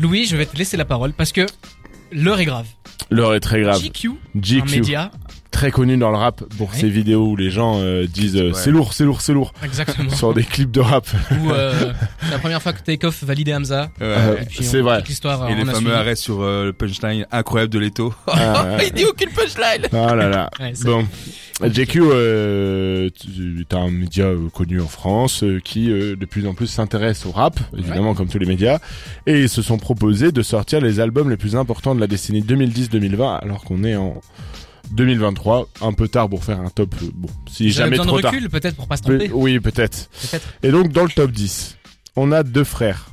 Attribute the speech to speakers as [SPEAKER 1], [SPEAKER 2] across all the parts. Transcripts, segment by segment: [SPEAKER 1] Louis, je vais te laisser la parole parce que l'heure est grave.
[SPEAKER 2] L'heure est très grave.
[SPEAKER 1] GQ, un
[SPEAKER 2] GQ,
[SPEAKER 1] média,
[SPEAKER 2] très connu dans le rap pour
[SPEAKER 1] Ouais.
[SPEAKER 2] ses vidéos où les gens euh, disent euh,
[SPEAKER 3] Ouais.
[SPEAKER 2] c'est lourd, c'est lourd, c'est lourd
[SPEAKER 1] exactement.
[SPEAKER 2] sur des clips de rap.
[SPEAKER 1] Où euh, c'est la première fois que Takeoff validait Hamza.
[SPEAKER 2] Euh,
[SPEAKER 1] Et puis
[SPEAKER 2] c'est
[SPEAKER 1] on-
[SPEAKER 2] vrai.
[SPEAKER 1] toute L'histoire.
[SPEAKER 3] Et
[SPEAKER 1] euh,
[SPEAKER 3] les
[SPEAKER 1] on a
[SPEAKER 3] fameux
[SPEAKER 1] suivi.
[SPEAKER 3] arrêts sur euh, le punchline incroyable de Leto.
[SPEAKER 2] Ah, ouais.
[SPEAKER 1] Il dit aucune punchline.
[SPEAKER 2] Ah là là.
[SPEAKER 1] Ouais, c'est-
[SPEAKER 2] Bon, JQ euh, est un média euh, connu en France euh, qui euh, de plus en plus s'intéresse au rap, évidemment comme tous les médias, et ils se sont proposés de sortir les albums les plus importants de la décennie 2010-2020 alors qu'on est en 2023, un peu tard pour faire un top, euh, bon, si
[SPEAKER 1] J'avais
[SPEAKER 2] jamais
[SPEAKER 1] besoin
[SPEAKER 2] trop
[SPEAKER 1] de
[SPEAKER 2] tard.
[SPEAKER 1] recul peut-être pour pas se
[SPEAKER 2] Pe-
[SPEAKER 1] tromper.
[SPEAKER 2] oui, peut-être.
[SPEAKER 1] Peut-être.
[SPEAKER 2] Et donc dans le top 10, on a deux frères.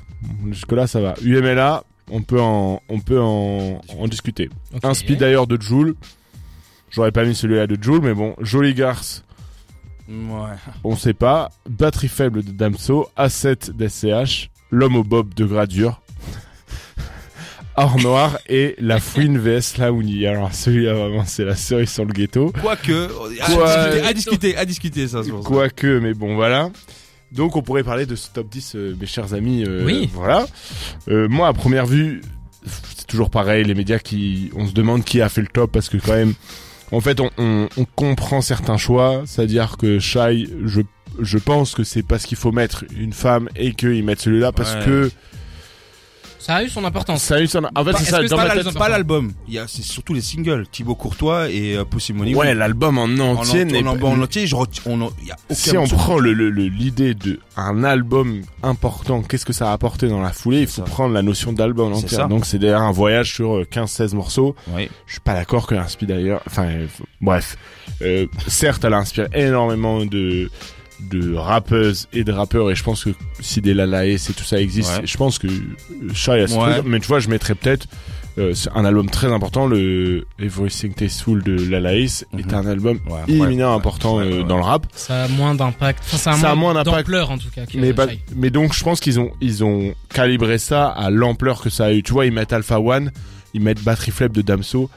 [SPEAKER 2] Jusque-là, ça va. UMLA, on peut en, on peut en, en discuter.
[SPEAKER 1] Ok.
[SPEAKER 2] Un speed d'ailleurs de Joule. J'aurais pas mis celui-là de Joule, mais bon, Joli Garce,
[SPEAKER 3] Ouais.
[SPEAKER 2] on sait pas. Batterie faible de Damso, A7 d'SCH, L'homme au bob de Gradure, Or Noir et La Fouine VS Laouni. Alors celui-là, vraiment, c'est la cerise sur le ghetto.
[SPEAKER 3] Quoique,
[SPEAKER 2] Quoi-
[SPEAKER 3] à, discuter, à discuter, à discuter, ça, c'est pour ça.
[SPEAKER 2] Quoique, mais bon, voilà. Donc on pourrait parler de ce top 10, euh, mes chers amis. euh,
[SPEAKER 1] Oui.
[SPEAKER 2] Voilà. Euh, moi, à première vue, c'est toujours pareil, les médias qui... On se demande qui a fait le top parce que quand même... En fait, on, on- on comprend certains choix, c'est-à-dire que Shai, je, je pense que c'est parce qu'il faut mettre une femme et qu'ils mettent celui-là parce
[SPEAKER 3] Ouais.
[SPEAKER 2] que
[SPEAKER 1] Ça a eu son importance.
[SPEAKER 2] ça a eu son... En fait, c'est
[SPEAKER 3] Pas- Bah, est-ce
[SPEAKER 2] ça,
[SPEAKER 3] que
[SPEAKER 2] dans
[SPEAKER 3] c'est
[SPEAKER 2] ma
[SPEAKER 3] pas
[SPEAKER 2] tête...
[SPEAKER 3] l'al- pas l'album. Il y a- C'est surtout les singles. Thibaut Courtois et euh, Pussy Money.
[SPEAKER 2] Ouais, l'album en
[SPEAKER 3] en, en,
[SPEAKER 2] entier n'est
[SPEAKER 3] en,
[SPEAKER 2] pas-
[SPEAKER 3] en entier, je reti- on en- il y a aucun
[SPEAKER 2] si on
[SPEAKER 3] morceau.
[SPEAKER 2] prend le- le- le- l'idée de un album important, qu'est-ce que ça a apporté dans la foulée Il
[SPEAKER 3] C'est
[SPEAKER 2] faut
[SPEAKER 3] ça.
[SPEAKER 2] prendre la notion d'album
[SPEAKER 3] C'est ça.
[SPEAKER 2] entière. Donc c'est derrière un voyage sur euh, 15-16 morceaux.
[SPEAKER 3] Ouais.
[SPEAKER 2] Je suis pas d'accord que l'inspire d'ailleurs. Enfin euh, f- bref, Euh, certes elle inspire énormément de de rappeuses et de rappeurs et je pense que si des Lalaes et tout ça existe,
[SPEAKER 3] Ouais.
[SPEAKER 2] je pense que euh, Shy a ce
[SPEAKER 3] Ouais.
[SPEAKER 2] truc. Mais tu vois, je mettrais peut-être euh, c'est un album très important, le Everything Tasteful de Lalaes est
[SPEAKER 3] Mhm.
[SPEAKER 2] un album
[SPEAKER 3] Ouais,
[SPEAKER 2] éminemment
[SPEAKER 3] ouais,
[SPEAKER 2] important
[SPEAKER 3] ouais,
[SPEAKER 2] euh,
[SPEAKER 3] ouais,
[SPEAKER 2] dans le rap.
[SPEAKER 1] Ça a moins d'impact. Enfin, ça a
[SPEAKER 2] Ça a
[SPEAKER 1] moins
[SPEAKER 2] moins d'impact.
[SPEAKER 1] d'ampleur en tout cas. que
[SPEAKER 2] Mais, pas-
[SPEAKER 1] Shai.
[SPEAKER 2] mais donc je pense qu'ils ont ils ont calibré ça à l'ampleur que ça a eu. Tu vois, ils mettent Alpha One, ils mettent Battery Flap de Damso.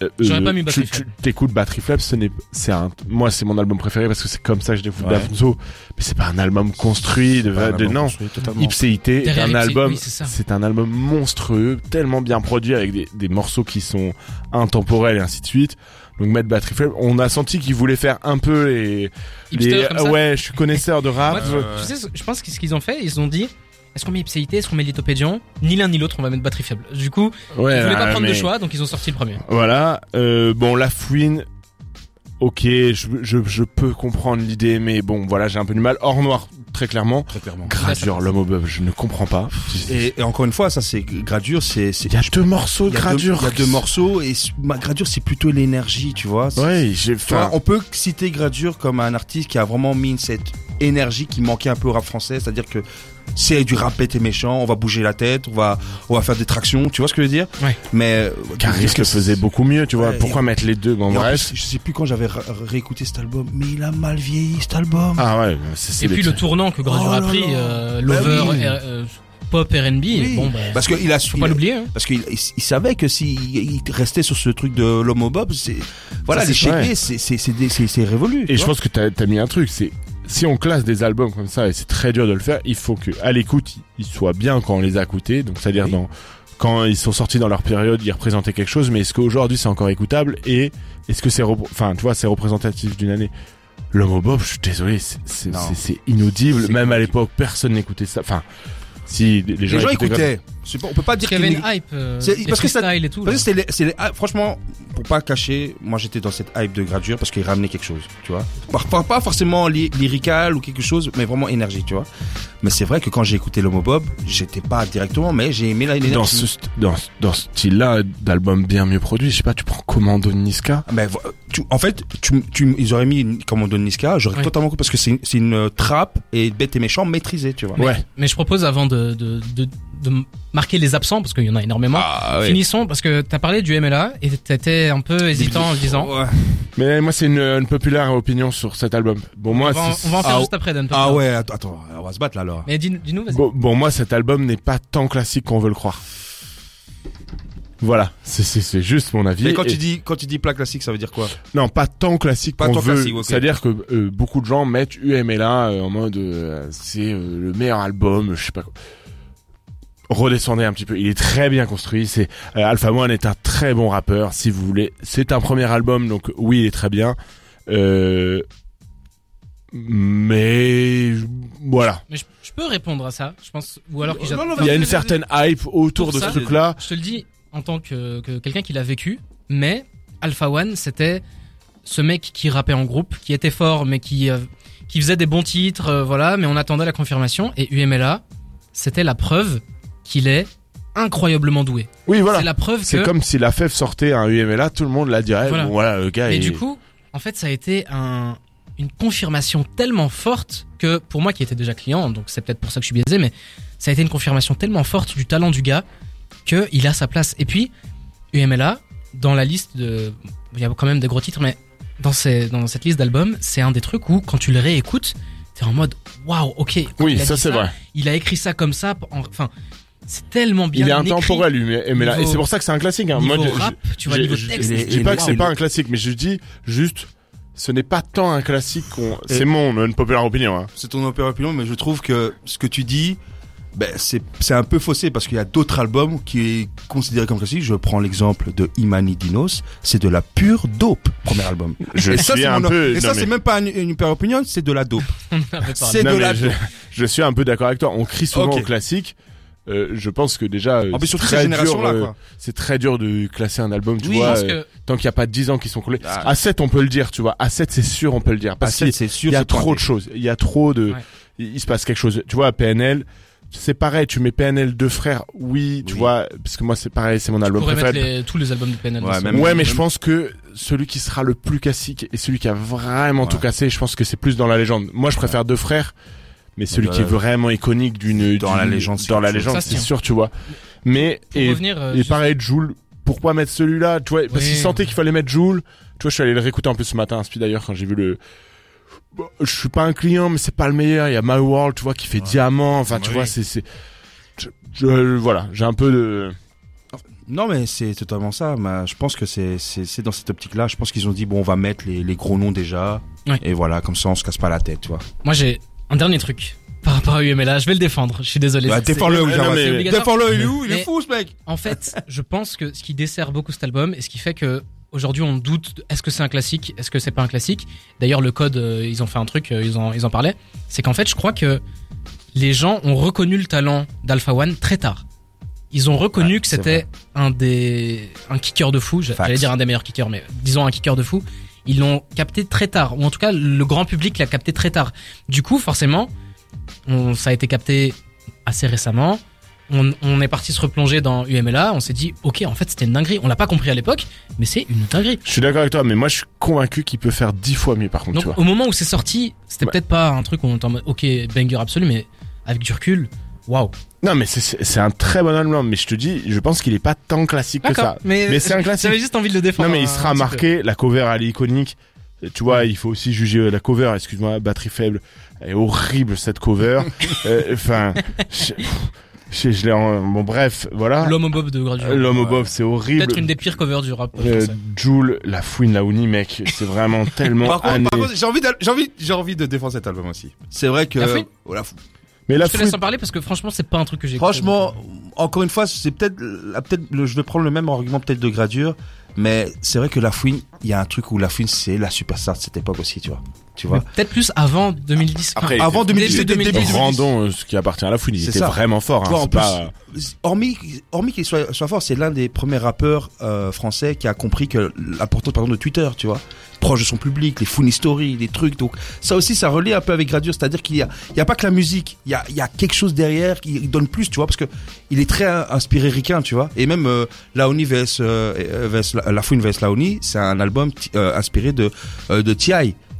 [SPEAKER 2] Euh,
[SPEAKER 1] J'aurais
[SPEAKER 2] euh,
[SPEAKER 1] pas mis
[SPEAKER 2] tu-
[SPEAKER 1] Battery
[SPEAKER 2] tu-
[SPEAKER 1] Flap.
[SPEAKER 2] T'écoutes Battery Flap, ce n'est c'est un moi c'est mon album préféré parce que c'est comme ça que je découvre
[SPEAKER 3] Ouais.
[SPEAKER 2] Damso. Mais c'est pas un album construit de,
[SPEAKER 3] C'est pas un
[SPEAKER 2] de
[SPEAKER 3] album
[SPEAKER 2] non.
[SPEAKER 3] construit totalement.
[SPEAKER 2] Ipséité est
[SPEAKER 1] Derrière
[SPEAKER 2] un
[SPEAKER 1] Ipsé-
[SPEAKER 2] album,
[SPEAKER 1] oui, c'est ça.
[SPEAKER 2] c'est un album monstrueux, tellement bien produit avec des, des morceaux qui sont intemporels et ainsi de suite. Donc mettre Battery Flap, on a senti qu'ils voulaient faire un peu les,
[SPEAKER 1] Hipster
[SPEAKER 2] les-
[SPEAKER 1] comme ça.
[SPEAKER 2] ouais, je suis connaisseur de rap.
[SPEAKER 1] Moi, tu-
[SPEAKER 3] ouais,
[SPEAKER 1] tu
[SPEAKER 3] ouais.
[SPEAKER 1] sais, ce- je pense que ce qu'ils ont fait, ils ont dit. Est-ce qu'on met Ipséité, est-ce qu'on met Lithopédion Ni l'un ni l'autre, on va mettre batterie faible. Du coup,
[SPEAKER 2] Ouais,
[SPEAKER 1] ils voulaient pas
[SPEAKER 2] ouais,
[SPEAKER 1] prendre de
[SPEAKER 2] mais-
[SPEAKER 1] choix, donc ils ont sorti le premier.
[SPEAKER 2] Voilà. euh, bon, la fouine. Ok, je, je, je peux comprendre l'idée, mais bon, voilà, j'ai un peu du mal. Or noir, très clairement.
[SPEAKER 3] Très clairement.
[SPEAKER 2] Gradure, l'homme au bœuf, je ne comprends pas.
[SPEAKER 3] Et, et encore une fois, ça c'est Gradure, c'est c'est-
[SPEAKER 2] Il y a deux morceaux
[SPEAKER 3] il
[SPEAKER 2] de
[SPEAKER 3] y a deux-
[SPEAKER 2] Gradure.
[SPEAKER 3] il y a deux morceaux et s- ma Gradure c'est plutôt l'énergie, tu vois. C'est-
[SPEAKER 2] Ouais, j'ai.
[SPEAKER 3] Tu vois,
[SPEAKER 2] Enfin,
[SPEAKER 3] on peut citer Gradure comme un artiste qui a vraiment mis cette énergie qui manquait un peu au rap français, c'est-à-dire que c'est du rap bête et méchant, on va bouger la tête, on va, on va faire des tractions, tu vois ce que je veux dire
[SPEAKER 1] Ouais.
[SPEAKER 3] Mais
[SPEAKER 2] Caris le faisait beaucoup mieux, tu vois.
[SPEAKER 3] Ouais,
[SPEAKER 2] Pourquoi mettre les deux Bon,
[SPEAKER 3] Et en
[SPEAKER 2] bref.
[SPEAKER 3] plus, je sais plus quand j'avais ra- réécouté cet album, mais il a mal vieilli cet album.
[SPEAKER 2] Ah ouais, c'est c'est
[SPEAKER 1] Et puis
[SPEAKER 2] des-
[SPEAKER 1] le tournant que Gradure
[SPEAKER 3] Oh
[SPEAKER 1] a
[SPEAKER 3] là
[SPEAKER 1] pris,
[SPEAKER 3] là.
[SPEAKER 1] euh,
[SPEAKER 3] Bah
[SPEAKER 1] l'over,
[SPEAKER 3] oui.
[SPEAKER 1] R- euh, pop, R&B,
[SPEAKER 3] Oui.
[SPEAKER 1] bon, bah,
[SPEAKER 3] Parce qu'il a
[SPEAKER 1] faut pas l'oublier. hein.
[SPEAKER 3] Parce qu'il il- il savait que s'il il restait sur ce truc de l'homme au bob, c'est voilà,
[SPEAKER 2] Ça,
[SPEAKER 3] les
[SPEAKER 2] c'est vrai.
[SPEAKER 3] chéquiers, c'est c'est c'est des- c'est- c'est révolu. tu
[SPEAKER 2] Et je
[SPEAKER 3] vois.
[SPEAKER 2] pense que t'as as mis un truc, c'est si on classe des albums comme ça, et c'est très dur de le faire, il faut que à l'écoute, ils- ils soient bien quand on les a écoutés, donc c'est-à-dire
[SPEAKER 3] Oui.
[SPEAKER 2] dans quand ils sont sortis dans leur période, ils représentaient quelque chose, mais est-ce qu'aujourd'hui c'est encore écoutable et est-ce que c'est repr- enfin tu vois c'est représentatif d'une année. L'homme au bob, je suis désolé, c'est- c'est
[SPEAKER 3] Non.
[SPEAKER 2] c'est- c'est inaudible.
[SPEAKER 3] C'est
[SPEAKER 2] Même à
[SPEAKER 3] inaudible.
[SPEAKER 2] l'époque, personne n'écoutait ça. Enfin, si les, les
[SPEAKER 3] les gens
[SPEAKER 2] comme-
[SPEAKER 3] écoutaient. C'est pas- on peut pas
[SPEAKER 1] Parce
[SPEAKER 3] dire
[SPEAKER 1] qu'il y avait
[SPEAKER 3] qu'ils
[SPEAKER 1] une hype, euh,
[SPEAKER 3] C'est-
[SPEAKER 1] les
[SPEAKER 3] parce que ça-
[SPEAKER 1] freestyles et tout.
[SPEAKER 3] Parce
[SPEAKER 1] là.
[SPEAKER 3] que c'est les- c'est les- ah, franchement, pour pas cacher, moi j'étais dans cette hype de gradure parce qu'il ramenait quelque chose, tu vois. Pas, pas- pas forcément ly- lyrical ou quelque chose, mais vraiment énergie, tu vois. Mais c'est vrai que quand j'ai écouté l'homo Bob, j'étais pas directement, mais j'ai aimé la- l'énergie.
[SPEAKER 2] dans ce st- dans ce- dans ce style-là d'album bien mieux produit. Je sais pas, tu prends Commando de Niska.
[SPEAKER 3] Ah, Mais vo- tu- en fait, tu, tu- ils auraient mis une commande de Niska, j'aurais
[SPEAKER 1] Ouais.
[SPEAKER 3] totalement compris parce que c'est une- c'est une euh, trappe et bête et méchant maîtrisée, tu vois.
[SPEAKER 2] Ouais.
[SPEAKER 1] Mais je propose avant de, de, de, de marquer les absents, parce qu'il y en a énormément.
[SPEAKER 3] Ah, ouais.
[SPEAKER 1] Finissons, parce que t'as parlé du MLA et t'étais un peu hésitant en le disant.
[SPEAKER 3] Ouais.
[SPEAKER 2] Mais moi, c'est une, une populaire opinion sur cet album. Bon, moi,
[SPEAKER 1] On va, en-
[SPEAKER 2] c'est-
[SPEAKER 1] on va en faire
[SPEAKER 3] Ah,
[SPEAKER 1] juste après, Dan.
[SPEAKER 3] Ah ouais, att- attends, on va se battre là alors.
[SPEAKER 1] euh, Mais dis- dis-nous, vas-y.
[SPEAKER 2] bon, bon, moi, cet album n'est pas tant classique qu'on veut le croire. Voilà, c'est- c'est c'est juste mon avis.
[SPEAKER 3] Mais quand
[SPEAKER 2] Et-
[SPEAKER 3] tu dis quand tu dis plat classique, ça veut dire quoi
[SPEAKER 2] non, pas tant classique
[SPEAKER 3] Pas
[SPEAKER 2] qu'on
[SPEAKER 3] tant
[SPEAKER 2] veut.
[SPEAKER 3] classique, ok.
[SPEAKER 2] C'est-à-dire que euh, beaucoup de gens mettent UMLA euh, en mode euh, c'est euh, le meilleur album, je sais pas quoi. redescendez un petit peu. Il est très bien construit. C'est euh, Alpha One est un très bon rappeur, si vous voulez. C'est un premier album, donc oui, il est très bien. Euh, mais voilà,
[SPEAKER 1] Mais je, je peux répondre à ça, je pense. Ou alors que
[SPEAKER 3] Non,
[SPEAKER 1] j'attends-
[SPEAKER 3] non,
[SPEAKER 2] il y a
[SPEAKER 3] vas-y,
[SPEAKER 2] une
[SPEAKER 3] vas-y,
[SPEAKER 2] certaine hype autour
[SPEAKER 1] Pour
[SPEAKER 2] de ce
[SPEAKER 1] ça,
[SPEAKER 2] truc-là.
[SPEAKER 1] Je te le dis en tant que, que quelqu'un qui l'a vécu, mais Alpha One, c'était ce mec qui rappait en groupe, qui était fort, mais qui, euh, qui faisait des bons titres, euh, voilà, mais on attendait la confirmation. Et UMLA, c'était la preuve qu'il est incroyablement doué.
[SPEAKER 2] Oui, voilà.
[SPEAKER 1] C'est la preuve
[SPEAKER 2] C'est
[SPEAKER 1] que.
[SPEAKER 2] comme si la FEF sortait un UMLA, tout le monde la dirait.
[SPEAKER 1] Voilà.
[SPEAKER 2] Bon, voilà, le gars.
[SPEAKER 1] Mais
[SPEAKER 2] est-
[SPEAKER 1] du coup, en fait, ça a été un, une confirmation tellement forte que, pour moi qui était déjà client, donc c'est peut-être pour ça que je suis biaisé, mais ça a été une confirmation tellement forte du talent du gars qu'il a sa place. Et puis, UMLA, dans la liste de. Il y a quand même des gros titres, mais dans, ces, dans cette liste d'albums, c'est un des trucs où, quand tu le réécoutes, t'es en mode waouh, ok.
[SPEAKER 2] oui,
[SPEAKER 1] il a
[SPEAKER 2] ça
[SPEAKER 1] dit
[SPEAKER 2] c'est vrai.
[SPEAKER 1] Il a écrit ça comme ça. en- Enfin, c'est tellement bien.
[SPEAKER 2] Il est
[SPEAKER 1] écrit,
[SPEAKER 2] intemporel, lui, mais- mais là, et
[SPEAKER 1] niveau-
[SPEAKER 2] c'est pour ça que c'est un classique. Hein.
[SPEAKER 1] Niveau
[SPEAKER 2] Moi, je-
[SPEAKER 1] rap, tu vois,
[SPEAKER 2] j'ai-
[SPEAKER 1] niveau
[SPEAKER 2] j'ai-
[SPEAKER 1] texte.
[SPEAKER 2] je
[SPEAKER 3] Et-
[SPEAKER 2] dis
[SPEAKER 3] et
[SPEAKER 2] pas
[SPEAKER 3] le-
[SPEAKER 2] que c'est
[SPEAKER 3] et
[SPEAKER 2] pas
[SPEAKER 3] le-
[SPEAKER 2] un classique, mais je dis juste, ce n'est pas tant un classique qu'on.
[SPEAKER 3] Et-
[SPEAKER 2] C'est mon une populaire opinion. Hein.
[SPEAKER 3] c'est ton opéra opinion, mais je trouve que ce que tu dis, ben, c'est, c'est un peu faussé parce qu'il y a d'autres albums qui est considéré comme classique. Je prends l'exemple de Imani Dinos, c'est de la pure dope, premier album.
[SPEAKER 2] Je
[SPEAKER 3] et
[SPEAKER 2] suis
[SPEAKER 3] ça, c'est
[SPEAKER 2] un
[SPEAKER 3] mon-
[SPEAKER 2] peu.
[SPEAKER 3] et ça,
[SPEAKER 2] non, mais-
[SPEAKER 3] c'est même pas une, une opéra opinion, c'est de la dope.
[SPEAKER 1] On en avait parlé.
[SPEAKER 3] c'est
[SPEAKER 2] non,
[SPEAKER 3] de
[SPEAKER 2] mais
[SPEAKER 3] la
[SPEAKER 2] je, je suis un peu d'accord avec toi. On crie souvent
[SPEAKER 3] Ok.
[SPEAKER 2] au classique. Euh, je pense que déjà, euh,
[SPEAKER 3] En plus,
[SPEAKER 2] c'est
[SPEAKER 3] surtout
[SPEAKER 2] très
[SPEAKER 3] cette génération-là,
[SPEAKER 2] dur, euh,
[SPEAKER 3] quoi.
[SPEAKER 2] c'est très dur de classer un album, tu
[SPEAKER 3] Oui,
[SPEAKER 2] vois,
[SPEAKER 1] Parce
[SPEAKER 2] euh,
[SPEAKER 1] que
[SPEAKER 2] tant qu'il n'y a pas 10 ans qui sont collés.
[SPEAKER 3] Ah.
[SPEAKER 2] À 7, on peut le dire, tu vois. À 7, c'est sûr, on peut le dire.
[SPEAKER 3] Parce
[SPEAKER 2] Parce
[SPEAKER 3] que
[SPEAKER 2] qu'il
[SPEAKER 3] c'est sûr,
[SPEAKER 2] il y a
[SPEAKER 3] c'est
[SPEAKER 2] trop
[SPEAKER 3] pointé.
[SPEAKER 2] de choses. Il y a trop de,
[SPEAKER 1] Ouais.
[SPEAKER 2] il, il se passe quelque chose. Tu vois, à PNL, c'est pareil, tu mets PNL deux frères, oui, tu
[SPEAKER 3] Oui.
[SPEAKER 2] vois, parce que moi, c'est pareil, c'est mon album
[SPEAKER 1] pourrait
[SPEAKER 2] préféré.
[SPEAKER 1] mettre les- tous les albums de PNL.
[SPEAKER 3] Ouais,
[SPEAKER 1] dans ce-
[SPEAKER 3] même-
[SPEAKER 2] Ouais, mais je pense que celui qui sera le plus classique et celui qui a vraiment
[SPEAKER 3] Ouais.
[SPEAKER 2] tout cassé, je pense que c'est plus dans la légende. Moi, je préfère deux frères, mais celui
[SPEAKER 3] Dans
[SPEAKER 2] qui est
[SPEAKER 3] la-
[SPEAKER 2] vraiment iconique d'une
[SPEAKER 3] Dans la
[SPEAKER 2] d'une-
[SPEAKER 3] légende, c'est
[SPEAKER 2] dans la
[SPEAKER 3] sûr.
[SPEAKER 2] légende,
[SPEAKER 1] Ça se
[SPEAKER 2] c'est
[SPEAKER 1] tient.
[SPEAKER 2] sûr, tu vois. Mais
[SPEAKER 1] Pour
[SPEAKER 2] et,
[SPEAKER 1] revenir, euh,
[SPEAKER 2] et
[SPEAKER 1] juste-
[SPEAKER 2] pareil, Joule, pourquoi mettre celui-là Tu vois, parce
[SPEAKER 1] Oui.
[SPEAKER 2] qu'il sentait qu'il fallait mettre Joule. Tu vois, je suis allé le réécouter en plus ce matin, Speed d'ailleurs, quand j'ai vu le. Bon, Je suis pas un client, mais c'est pas le meilleur. Il y a My World, tu vois, qui fait diamant. Enfin, tu
[SPEAKER 3] Oui.
[SPEAKER 2] vois, c'est c'est. je- je- voilà, j'ai un peu de.
[SPEAKER 3] Non, mais c'est totalement ça. Mais je pense que c'est c'est c'est dans cette optique-là. Je pense qu'ils ont dit bon, on va mettre les, les gros noms déjà.
[SPEAKER 1] Ouais.
[SPEAKER 3] Et voilà, comme ça, on se casse pas la tête, tu vois.
[SPEAKER 1] Moi, j'ai un dernier truc par rapport à UMLA. Je vais le défendre. Je suis désolé.
[SPEAKER 3] Bah,
[SPEAKER 1] c'est-
[SPEAKER 3] défends-le,
[SPEAKER 2] c'est-
[SPEAKER 3] Ouija,
[SPEAKER 2] non, mais-
[SPEAKER 3] vas-y.
[SPEAKER 1] obligatoire.
[SPEAKER 3] Défends-le, il est où Il
[SPEAKER 1] Mais-
[SPEAKER 3] est fou, ce mec.
[SPEAKER 1] En fait, je pense que ce qui dessert beaucoup cet album et ce qui fait que aujourd'hui on doute de- est-ce que c'est un classique, est-ce que c'est pas un classique. D'ailleurs, le code, euh, ils ont fait un truc, euh, ils en, ils en parlaient. C'est qu'en fait, je crois que les gens ont reconnu le talent d'Alpha One très tard. Ils ont reconnu
[SPEAKER 3] Ouais,
[SPEAKER 1] que
[SPEAKER 3] c'est
[SPEAKER 1] c'était un des un kicker de fou.
[SPEAKER 3] Facts.
[SPEAKER 1] J'allais dire un des meilleurs kickers, mais disons un kicker de fou. Ils l'ont capté très tard, ou en tout cas le grand public l'a capté très tard. Du coup, forcément, on, ça a été capté assez récemment. On, on est parti se replonger dans UMLA. On s'est dit, ok, en fait, c'était une dinguerie. On l'a pas compris à l'époque, mais c'est une dinguerie.
[SPEAKER 2] Je suis d'accord avec toi, mais moi, je suis convaincu qu'il peut faire dix fois mieux, par contre,
[SPEAKER 1] Donc,
[SPEAKER 2] tu vois.
[SPEAKER 1] au moment où c'est sorti, c'était
[SPEAKER 2] Ouais.
[SPEAKER 1] peut-être pas un truc où on était en mode, ok, banger absolu, mais avec du recul, waouh.
[SPEAKER 2] Non, mais c'est- c'est c'est un très bon album, mais je te dis, je pense qu'il est pas tant classique que ça. Mais c'est un classique.
[SPEAKER 1] J'avais juste envie de le défendre.
[SPEAKER 2] Non, mais
[SPEAKER 1] un-
[SPEAKER 2] il sera
[SPEAKER 1] un petit peu.
[SPEAKER 2] marqué, la cover, elle est iconique. Tu vois, il faut aussi juger euh, la cover, excuse-moi, batterie faible. Elle est horrible, cette cover. Euh, Enfin, je, je, je l'ai en- Bon, bref, voilà.
[SPEAKER 1] L'homme au bob de Gradure.
[SPEAKER 2] L'homme au bob, c'est
[SPEAKER 1] Peut-être une
[SPEAKER 2] horrible.
[SPEAKER 1] des pires covers du rap.
[SPEAKER 2] Euh,
[SPEAKER 1] français.
[SPEAKER 2] Joule, la fouine, la Ouni, mec, c'est vraiment tellement
[SPEAKER 3] Par contre,
[SPEAKER 2] année.
[SPEAKER 3] par contre, j'ai envie, d'aller- j'ai envie, j'ai envie de défendre cet album aussi. C'est vrai que
[SPEAKER 1] La fouine
[SPEAKER 3] Oh, la fou-
[SPEAKER 2] Mais la
[SPEAKER 1] Je te laisse
[SPEAKER 2] fouine,
[SPEAKER 1] en parler parce que franchement, c'est pas un truc que j'ai. écouté
[SPEAKER 3] franchement, encore une fois, c'est peut-être, la- peut-être, le- je vais prendre le même argument peut-être de Gradure, mais c'est vrai que la fouine, il y a un truc où la fouine c'est la superstar de cette époque aussi, tu vois. Tu vois.
[SPEAKER 1] beaucoup. Peut-être plus avant 2010.
[SPEAKER 2] Après,
[SPEAKER 1] Enfin,
[SPEAKER 3] Avant
[SPEAKER 1] début
[SPEAKER 3] 2010, début
[SPEAKER 1] 2010.
[SPEAKER 3] 2010.
[SPEAKER 2] rendons euh, ce qui appartient à la fouine. Il
[SPEAKER 3] C'est
[SPEAKER 2] était
[SPEAKER 3] ça.
[SPEAKER 2] vraiment fort, hein,
[SPEAKER 3] Tu vois, en
[SPEAKER 2] c'est pas...
[SPEAKER 3] Hormis, hormis qu'il soit, soit fort, c'est l'un des premiers rappeurs euh, français qui a compris que l'importance par exemple de Twitter, tu vois, proche de son public, les funny stories, les trucs. Donc ça aussi, ça relie un peu avec Gradure, c'est-à-dire qu'il y a, il y a pas que la musique, il y a, il y a quelque chose derrière qui donne plus, tu vois, parce que il est très euh, inspiré ricain, tu vois. Et même euh, Laoni vs euh, euh, vs La- La Fouine vs Laoni, c'est un album ti- euh, inspiré de euh, de Ti.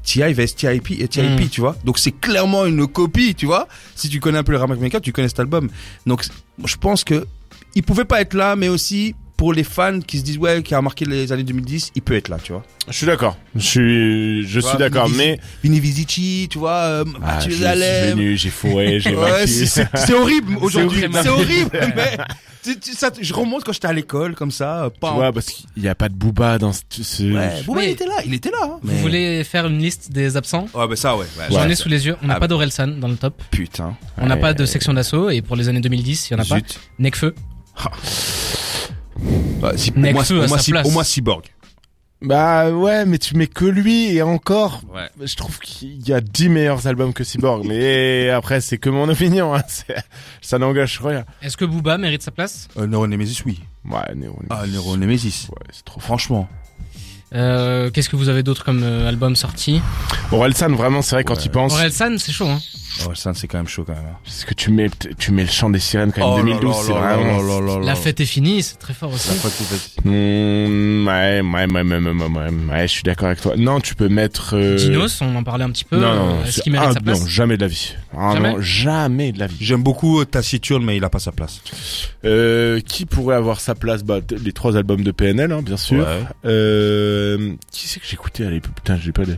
[SPEAKER 3] Ti vs Tip et Tip,
[SPEAKER 1] Mm.
[SPEAKER 3] tu vois. Donc c'est clairement une copie, tu vois. Si tu connais un peu le rap américain, tu connais cet album. Donc je pense que il pouvait pas être là, mais aussi pour les fans qui se disent ouais, qui a marqué les années 2010, il peut être là, tu vois.
[SPEAKER 2] Je suis d'accord. Je suis, je suis
[SPEAKER 3] Ouais,
[SPEAKER 2] d'accord,
[SPEAKER 3] Vinny
[SPEAKER 2] mais
[SPEAKER 3] Vinny Visici, tu vois, euh,
[SPEAKER 2] Ah,
[SPEAKER 3] Mathieu
[SPEAKER 2] je suis
[SPEAKER 3] Zalem.
[SPEAKER 2] venu, j'ai fourré, j'ai
[SPEAKER 3] Ouais,
[SPEAKER 2] vaincu.
[SPEAKER 3] c'est- c'est c'est horrible aujourd'hui,
[SPEAKER 1] horrible.
[SPEAKER 3] c'est horrible. mais tu Tu- tu- ça, je remonte quand j'étais à l'école, comme ça, euh, pas
[SPEAKER 2] Tu
[SPEAKER 3] en-
[SPEAKER 2] vois, parce qu'il n'y a pas de Booba dans ce. ce-
[SPEAKER 3] Ouais, Booba,
[SPEAKER 1] Oui.
[SPEAKER 3] il était là, il était là. hein,
[SPEAKER 1] Vous
[SPEAKER 3] mais-
[SPEAKER 1] voulez faire une liste des absents
[SPEAKER 3] Ouais, bah ça, ouais. ouais,
[SPEAKER 1] J'en
[SPEAKER 3] ouais.
[SPEAKER 1] ai sous les yeux. On n'a
[SPEAKER 3] Ah
[SPEAKER 1] pas d'Orelsan dans le top.
[SPEAKER 3] Putain.
[SPEAKER 1] On n'a
[SPEAKER 2] Ouais.
[SPEAKER 1] pas de section d'assaut. Et pour les années 2010, il y en a pas.
[SPEAKER 3] Zut.
[SPEAKER 1] Necfeu.
[SPEAKER 3] Ouais, si-
[SPEAKER 1] Nekfeu
[SPEAKER 3] moi,
[SPEAKER 1] à
[SPEAKER 3] pour moi,
[SPEAKER 1] sa
[SPEAKER 3] si-
[SPEAKER 1] place.
[SPEAKER 3] pour moi, Cyborg.
[SPEAKER 2] Bah ouais, mais tu mets que lui et encore.
[SPEAKER 3] Ouais.
[SPEAKER 2] Je trouve qu'il y a 10 meilleurs albums que Cyborg, mais après c'est que mon opinion, hein. c'est- ça n'engage rien.
[SPEAKER 1] Est-ce que Booba mérite sa place
[SPEAKER 3] Euh, Neuronemesis, oui.
[SPEAKER 2] Ouais, Néron.
[SPEAKER 3] Ah, Neuronemesis.
[SPEAKER 2] Ouais, c'est trop fort.
[SPEAKER 3] Franchement.
[SPEAKER 1] Euh, Qu'est-ce que vous avez d'autre comme euh, album sorti
[SPEAKER 2] Orelsan, vraiment, c'est vrai quand
[SPEAKER 3] Ouais.
[SPEAKER 2] tu penses,
[SPEAKER 1] Orelsan, c'est chaud. Hein.
[SPEAKER 3] Oh, ça, c'est quand même chaud, quand même. hein.
[SPEAKER 2] parce que tu mets, tu mets le chant des sirènes quand même 2012, c'est vraiment.
[SPEAKER 3] Oh là là là
[SPEAKER 1] La
[SPEAKER 3] là.
[SPEAKER 1] fête est finie, c'est très fort aussi.
[SPEAKER 3] La fête, la fête.
[SPEAKER 2] Hmm, ouais, ouais, ouais, ouais, ouais, ouais, ouais, ouais, je suis d'accord avec toi. Non, tu peux mettre. euh,
[SPEAKER 1] Dinos, on en parlait un petit peu.
[SPEAKER 2] Non,
[SPEAKER 3] euh,
[SPEAKER 2] non,
[SPEAKER 1] Est-ce
[SPEAKER 2] c'est
[SPEAKER 1] qu'il mérite
[SPEAKER 2] un-
[SPEAKER 1] sa place
[SPEAKER 2] non, jamais de la vie. Ah,
[SPEAKER 1] Jamais
[SPEAKER 2] non, jamais de la vie.
[SPEAKER 3] J'aime beaucoup euh, Taciturne, mais il a pas sa place.
[SPEAKER 2] Euh, qui pourrait avoir sa place Bah, t- les trois albums de PNL, hein, bien sûr.
[SPEAKER 3] Ouais.
[SPEAKER 2] Euh, qui c'est que j'écoutais à l'époque Putain, j'ai pas de.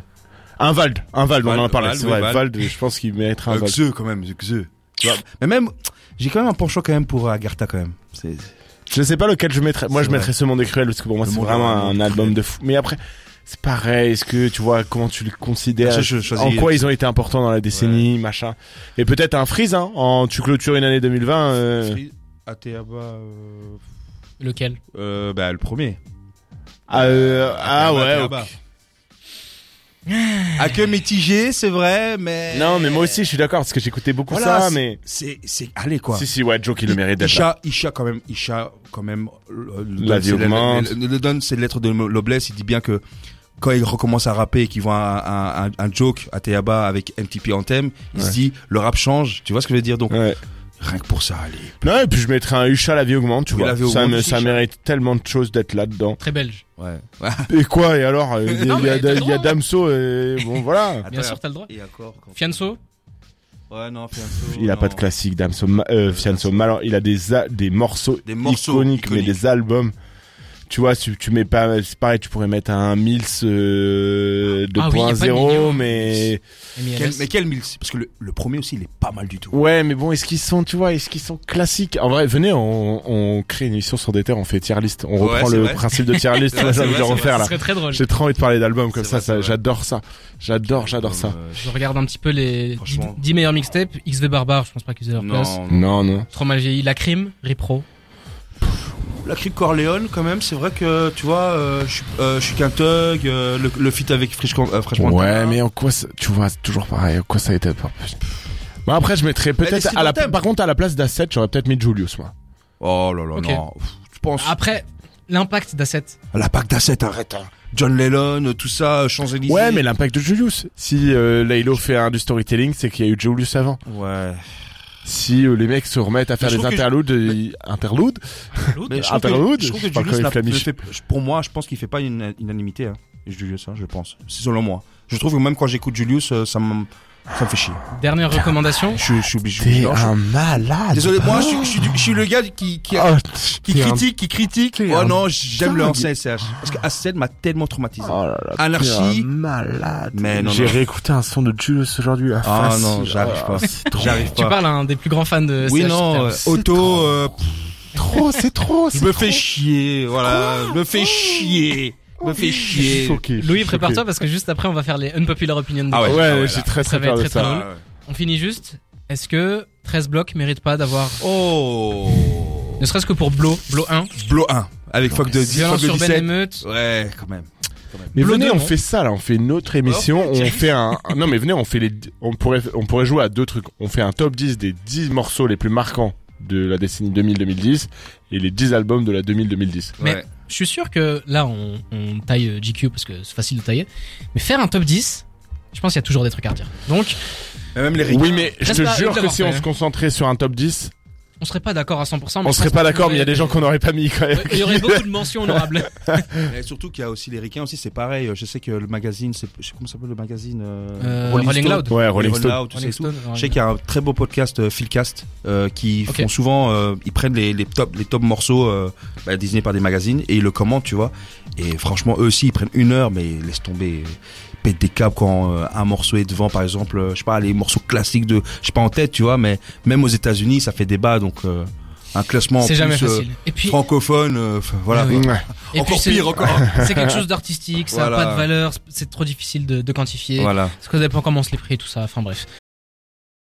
[SPEAKER 2] Invalde, Invalde, on en a
[SPEAKER 3] Vald,
[SPEAKER 2] parlé.
[SPEAKER 3] Vald,
[SPEAKER 2] C'est
[SPEAKER 3] oui,
[SPEAKER 2] vrai,
[SPEAKER 3] Vald.
[SPEAKER 2] Vald, je pense qu'il mériterait un
[SPEAKER 3] Euh,
[SPEAKER 2] Vald.
[SPEAKER 3] Xe, quand même, Xe. Tu vois, Mais même, j'ai quand même un penchant quand même pour euh, Agartha quand même. C'est
[SPEAKER 2] Je sais pas lequel je mettrais. Moi,
[SPEAKER 3] C'est
[SPEAKER 2] je
[SPEAKER 3] vrai.
[SPEAKER 2] mettrais ce monde est cruel parce que pour moi,
[SPEAKER 3] Le
[SPEAKER 2] c'est
[SPEAKER 3] monde
[SPEAKER 2] vraiment un
[SPEAKER 3] est cruel.
[SPEAKER 2] album de fou. Mais après, c'est pareil. Est-ce que tu vois comment tu le considères
[SPEAKER 3] Ah, Je- je choisis-
[SPEAKER 2] euh, En quoi ils ont été importants dans la décennie, machin. Et peut-être un freeze, hein. En tu clôtures une année 2020. euh,
[SPEAKER 3] Ateaba, euh,
[SPEAKER 1] Lequel
[SPEAKER 3] euh, bah, le premier.
[SPEAKER 2] Ah, euh, ah ouais. ok.
[SPEAKER 3] Accueil Ah, mitigé, c'est vrai, mais.
[SPEAKER 2] Non, mais moi aussi, je suis d'accord parce que j'écoutais beaucoup
[SPEAKER 3] Voilà,
[SPEAKER 2] ça,
[SPEAKER 3] c'est-
[SPEAKER 2] mais.
[SPEAKER 3] C'est, c'est, allez quoi.
[SPEAKER 2] Si si, ouais, Joe qui le mérite d'être là.
[SPEAKER 3] Isha, Isha quand même, Isha quand même. le- le-
[SPEAKER 2] La vie
[SPEAKER 3] c'est la-
[SPEAKER 2] augmente.
[SPEAKER 3] Le, le- le donne ses lettres de noblesse. Il dit bien que quand il recommence à rapper et qu'il voit un, un- un- un joke à Teyaba avec MTP en thème, il se dit le rap change. Tu vois ce que je veux dire Donc
[SPEAKER 2] Ouais.
[SPEAKER 3] rien que pour ça, allez.
[SPEAKER 2] Non, et puis je mettrais un Usha la vie augmente, tu
[SPEAKER 3] Oui,
[SPEAKER 2] vois.
[SPEAKER 3] La vie
[SPEAKER 2] ça
[SPEAKER 3] augmente
[SPEAKER 2] me-
[SPEAKER 3] aussi,
[SPEAKER 2] ça
[SPEAKER 3] Usha.
[SPEAKER 2] mérite tellement de choses d'être là-dedans.
[SPEAKER 1] Très belge.
[SPEAKER 3] Ouais.
[SPEAKER 2] Et quoi Et alors euh, Il y a-
[SPEAKER 1] Non,
[SPEAKER 2] il y a,
[SPEAKER 1] mais t'as le
[SPEAKER 2] il y a
[SPEAKER 1] droit, hein.
[SPEAKER 2] Damso et bon voilà.
[SPEAKER 1] Bien sûr, t'as le droit.
[SPEAKER 3] Et encore. quand-
[SPEAKER 1] Fianso
[SPEAKER 3] Ouais, non, Fianso,
[SPEAKER 2] Il a
[SPEAKER 3] non.
[SPEAKER 2] pas de classique, Damso. ma- euh, Fianso. mal- il a des a- des morceaux,
[SPEAKER 3] Des morceaux
[SPEAKER 2] iconiques,
[SPEAKER 3] iconiques.
[SPEAKER 2] mais des albums. Tu vois, tu, tu mets pas, c'est pareil, tu pourrais mettre un Mills euh,
[SPEAKER 1] Ah oui, y a pas de
[SPEAKER 2] 2.0,
[SPEAKER 1] millions.
[SPEAKER 2] mais
[SPEAKER 1] Amy
[SPEAKER 3] Quel-
[SPEAKER 1] Alice.
[SPEAKER 3] mais quel Mills Parce que le, le premier aussi, il est pas mal du tout.
[SPEAKER 2] ouais, mais bon, est-ce qu'ils sont, tu vois, est-ce qu'ils sont classiques En vrai, venez, on, on crée une émission sur des terres, on fait tier list, on
[SPEAKER 3] Ouais,
[SPEAKER 2] reprend
[SPEAKER 3] c'est
[SPEAKER 2] le
[SPEAKER 3] vrai.
[SPEAKER 2] principe de tier list,
[SPEAKER 3] C'est
[SPEAKER 2] moi, j'ai envie de
[SPEAKER 3] vrai, c'est
[SPEAKER 2] le
[SPEAKER 3] vrai,
[SPEAKER 2] refaire
[SPEAKER 1] Ce
[SPEAKER 2] là.
[SPEAKER 1] serait très drôle.
[SPEAKER 2] J'ai trop envie de parler d'albums comme
[SPEAKER 3] C'est
[SPEAKER 2] ça,
[SPEAKER 3] vrai,
[SPEAKER 2] ça-
[SPEAKER 3] c'est vrai.
[SPEAKER 2] j'adore ça, j'adore, j'adore ça.
[SPEAKER 3] Euh,
[SPEAKER 1] Je regarde un petit peu les
[SPEAKER 3] Franchement.
[SPEAKER 1] 10 meilleurs mixtapes. XV Barbare, je pense pas qu'ils aient leur place.
[SPEAKER 3] non.
[SPEAKER 2] Non, non.
[SPEAKER 1] Trop mal vieilli. La Crime, Repro.
[SPEAKER 3] La Crique Corleone, quand même, c'est vrai que, tu vois, euh, je suis- euh, je suis qu'un thug, euh, le, le feat avec Fresh, Con- euh, Fresh
[SPEAKER 2] Ouais,
[SPEAKER 3] Montana.
[SPEAKER 2] mais en quoi ça- tu vois, c'est toujours pareil, en quoi ça a été Bon, après, je mettrais
[SPEAKER 3] Mais
[SPEAKER 2] peut-être
[SPEAKER 3] décide
[SPEAKER 2] à la,
[SPEAKER 3] ton thème.
[SPEAKER 2] par contre, à la place d'Asset, j'aurais peut-être mis Julius, moi.
[SPEAKER 3] Oh là là,
[SPEAKER 1] Ok.
[SPEAKER 3] non. Pff, Je pense.
[SPEAKER 1] Après, l'impact d'Asset.
[SPEAKER 3] La pack d'Asset, arrête. hein. John Lennon, euh, tout ça, euh, Champs-Élysées.
[SPEAKER 2] Ouais, mais l'impact de Julius. Si, euh, Laylo fait un, du storytelling, c'est qu'il y a eu Julius avant.
[SPEAKER 3] Ouais.
[SPEAKER 2] Si, euh, les mecs se remettent à faire
[SPEAKER 3] je
[SPEAKER 2] des
[SPEAKER 3] trouve que je-
[SPEAKER 2] interludes, ils- interludes?
[SPEAKER 3] Mais je trouve
[SPEAKER 2] Interlude,
[SPEAKER 3] que, je trouve que
[SPEAKER 2] je parle
[SPEAKER 3] Julius
[SPEAKER 2] comme
[SPEAKER 3] l'a-
[SPEAKER 2] Flamiche.
[SPEAKER 3] le fait- je- pour moi, je pense qu'il fait pas une unanimité, hein. Julius, hein, je pense. C'est selon moi. Je trouve que même quand j'écoute Julius, euh, ça me, ça me fait chier.
[SPEAKER 1] Dernière recommandation.
[SPEAKER 3] Je, je suis obligé.
[SPEAKER 2] T'es
[SPEAKER 3] Non, je-
[SPEAKER 2] un malade. Ah,
[SPEAKER 3] Désolé, moi, je, suis- je suis du- je suis le gars qui, qui,
[SPEAKER 2] Oh,
[SPEAKER 3] qui
[SPEAKER 2] t'es un-
[SPEAKER 3] critique, qui critique.
[SPEAKER 2] t'es
[SPEAKER 3] Oh
[SPEAKER 2] un
[SPEAKER 3] non, j'aime le
[SPEAKER 2] dingue.
[SPEAKER 3] ancien SCH. Parce que Asced m'a tellement traumatisé.
[SPEAKER 2] Oh là là.
[SPEAKER 3] Anarchie.
[SPEAKER 2] t'es un malade.
[SPEAKER 3] Mais non,
[SPEAKER 2] J'ai
[SPEAKER 3] non.
[SPEAKER 2] réécouté un son de Julius aujourd'hui. Ah
[SPEAKER 3] non, j'arrive pas. J'arrive
[SPEAKER 1] Tu
[SPEAKER 3] pas.
[SPEAKER 1] parles à un des plus grands fans de
[SPEAKER 3] Oui,
[SPEAKER 1] CH
[SPEAKER 3] non, euh,
[SPEAKER 1] Terms.
[SPEAKER 3] auto, euh, pff,
[SPEAKER 2] Trop, c'est trop.
[SPEAKER 3] je
[SPEAKER 2] c'est
[SPEAKER 3] me
[SPEAKER 2] trop.
[SPEAKER 3] fais chier, voilà, je me fais chier, je me fais
[SPEAKER 2] Je suis
[SPEAKER 3] chier.
[SPEAKER 2] choqué. je suis
[SPEAKER 1] Louis,
[SPEAKER 2] choqué.
[SPEAKER 1] prépare-toi parce que juste après, on va faire les unpopular opinions.
[SPEAKER 3] Ah
[SPEAKER 2] Ouais,
[SPEAKER 3] ouais, ouais,
[SPEAKER 2] j'ai
[SPEAKER 3] là.
[SPEAKER 2] très
[SPEAKER 1] Ça
[SPEAKER 2] très
[SPEAKER 1] va être
[SPEAKER 2] peur de
[SPEAKER 1] très, très
[SPEAKER 3] Ah
[SPEAKER 2] ça.
[SPEAKER 1] drôle. On finit juste. Est-ce que 13 blocs mérite pas d'avoir,
[SPEAKER 3] Oh.
[SPEAKER 1] ne serait-ce que pour Blo, Blo 1,
[SPEAKER 3] Blow 1, avec Fuck de 10, Fuck
[SPEAKER 1] violence
[SPEAKER 3] de
[SPEAKER 1] urbaine
[SPEAKER 3] 17.
[SPEAKER 1] émeute,
[SPEAKER 3] Ouais, quand même.
[SPEAKER 2] Mais
[SPEAKER 1] Bleu
[SPEAKER 2] venez,
[SPEAKER 1] deux,
[SPEAKER 2] on
[SPEAKER 1] non
[SPEAKER 2] fait ça là, on fait une autre émission,
[SPEAKER 3] ok,
[SPEAKER 2] on
[SPEAKER 3] Oh, tiens.
[SPEAKER 2] fait un non mais venez, on fait les on pourrait on pourrait jouer à deux trucs. On fait un top 10 des 10 morceaux les plus marquants de la décennie 2000-2010 et les 10 albums de la 2000-2010.
[SPEAKER 1] Mais-
[SPEAKER 3] Ouais.
[SPEAKER 1] Je suis sûr que là, on, on taille euh, GQ parce que c'est facile de tailler. Mais faire un top 10, je pense qu'il y a toujours des trucs à redire. Donc,
[SPEAKER 3] Et même les ricains.
[SPEAKER 2] Oui, mais je
[SPEAKER 1] Reste
[SPEAKER 2] te
[SPEAKER 1] pas-
[SPEAKER 2] jure que
[SPEAKER 1] d'accord,
[SPEAKER 2] si on
[SPEAKER 1] ouais.
[SPEAKER 2] se concentrait sur un top 10,
[SPEAKER 1] on serait pas d'accord à 100%. mais
[SPEAKER 2] on
[SPEAKER 1] je
[SPEAKER 2] serait
[SPEAKER 1] pense
[SPEAKER 2] pas
[SPEAKER 1] qu'on
[SPEAKER 2] d'accord, mais il y a
[SPEAKER 1] aurait-
[SPEAKER 2] des gens qu'on n'aurait pas mis quand même.
[SPEAKER 1] Il y aurait beaucoup de mentions honorables.
[SPEAKER 3] Et surtout qu'il y a aussi les ricains aussi, c'est pareil. Je sais que le magazine, c'est, je sais comment ça s'appelle le magazine,
[SPEAKER 1] Euh, Rolling
[SPEAKER 3] Stone.
[SPEAKER 1] Loud.
[SPEAKER 2] Ouais, Rolling
[SPEAKER 3] Rolling
[SPEAKER 2] Stone.
[SPEAKER 3] Loud, tout ça
[SPEAKER 1] Rolling
[SPEAKER 3] et tout.
[SPEAKER 1] Stone,
[SPEAKER 3] Je
[SPEAKER 1] ouais.
[SPEAKER 3] sais qu'il y a un très beau podcast euh, Philcast euh, qui
[SPEAKER 1] Ok.
[SPEAKER 3] font souvent, euh, ils prennent les, les top, les top morceaux euh, bah, désignés par des magazines et ils le commentent, tu vois. Et franchement, eux aussi, ils prennent une heure, mais laisse tomber, ils pètent des câbles quand euh, un morceau est devant, par exemple, euh, je sais pas, les morceaux classiques de, je sais pas en tête, tu vois, mais même aux États-Unis, ça fait débat, donc euh, un classement en
[SPEAKER 1] C'est jamais
[SPEAKER 3] plus, euh,
[SPEAKER 1] facile. Et puis, Ah
[SPEAKER 3] francophone. euh, enfin, voilà.
[SPEAKER 1] Oui, oui.
[SPEAKER 2] Ouais.
[SPEAKER 1] et puis
[SPEAKER 3] Encore
[SPEAKER 1] c'est-
[SPEAKER 3] pire, encore.
[SPEAKER 1] c'est quelque chose d'artistique, ça a
[SPEAKER 3] Voilà.
[SPEAKER 1] pas de valeur, c'est trop difficile de, de quantifier.
[SPEAKER 3] voilà.
[SPEAKER 1] Parce que ça dépend comment on se les prix et tout ça. Enfin bref.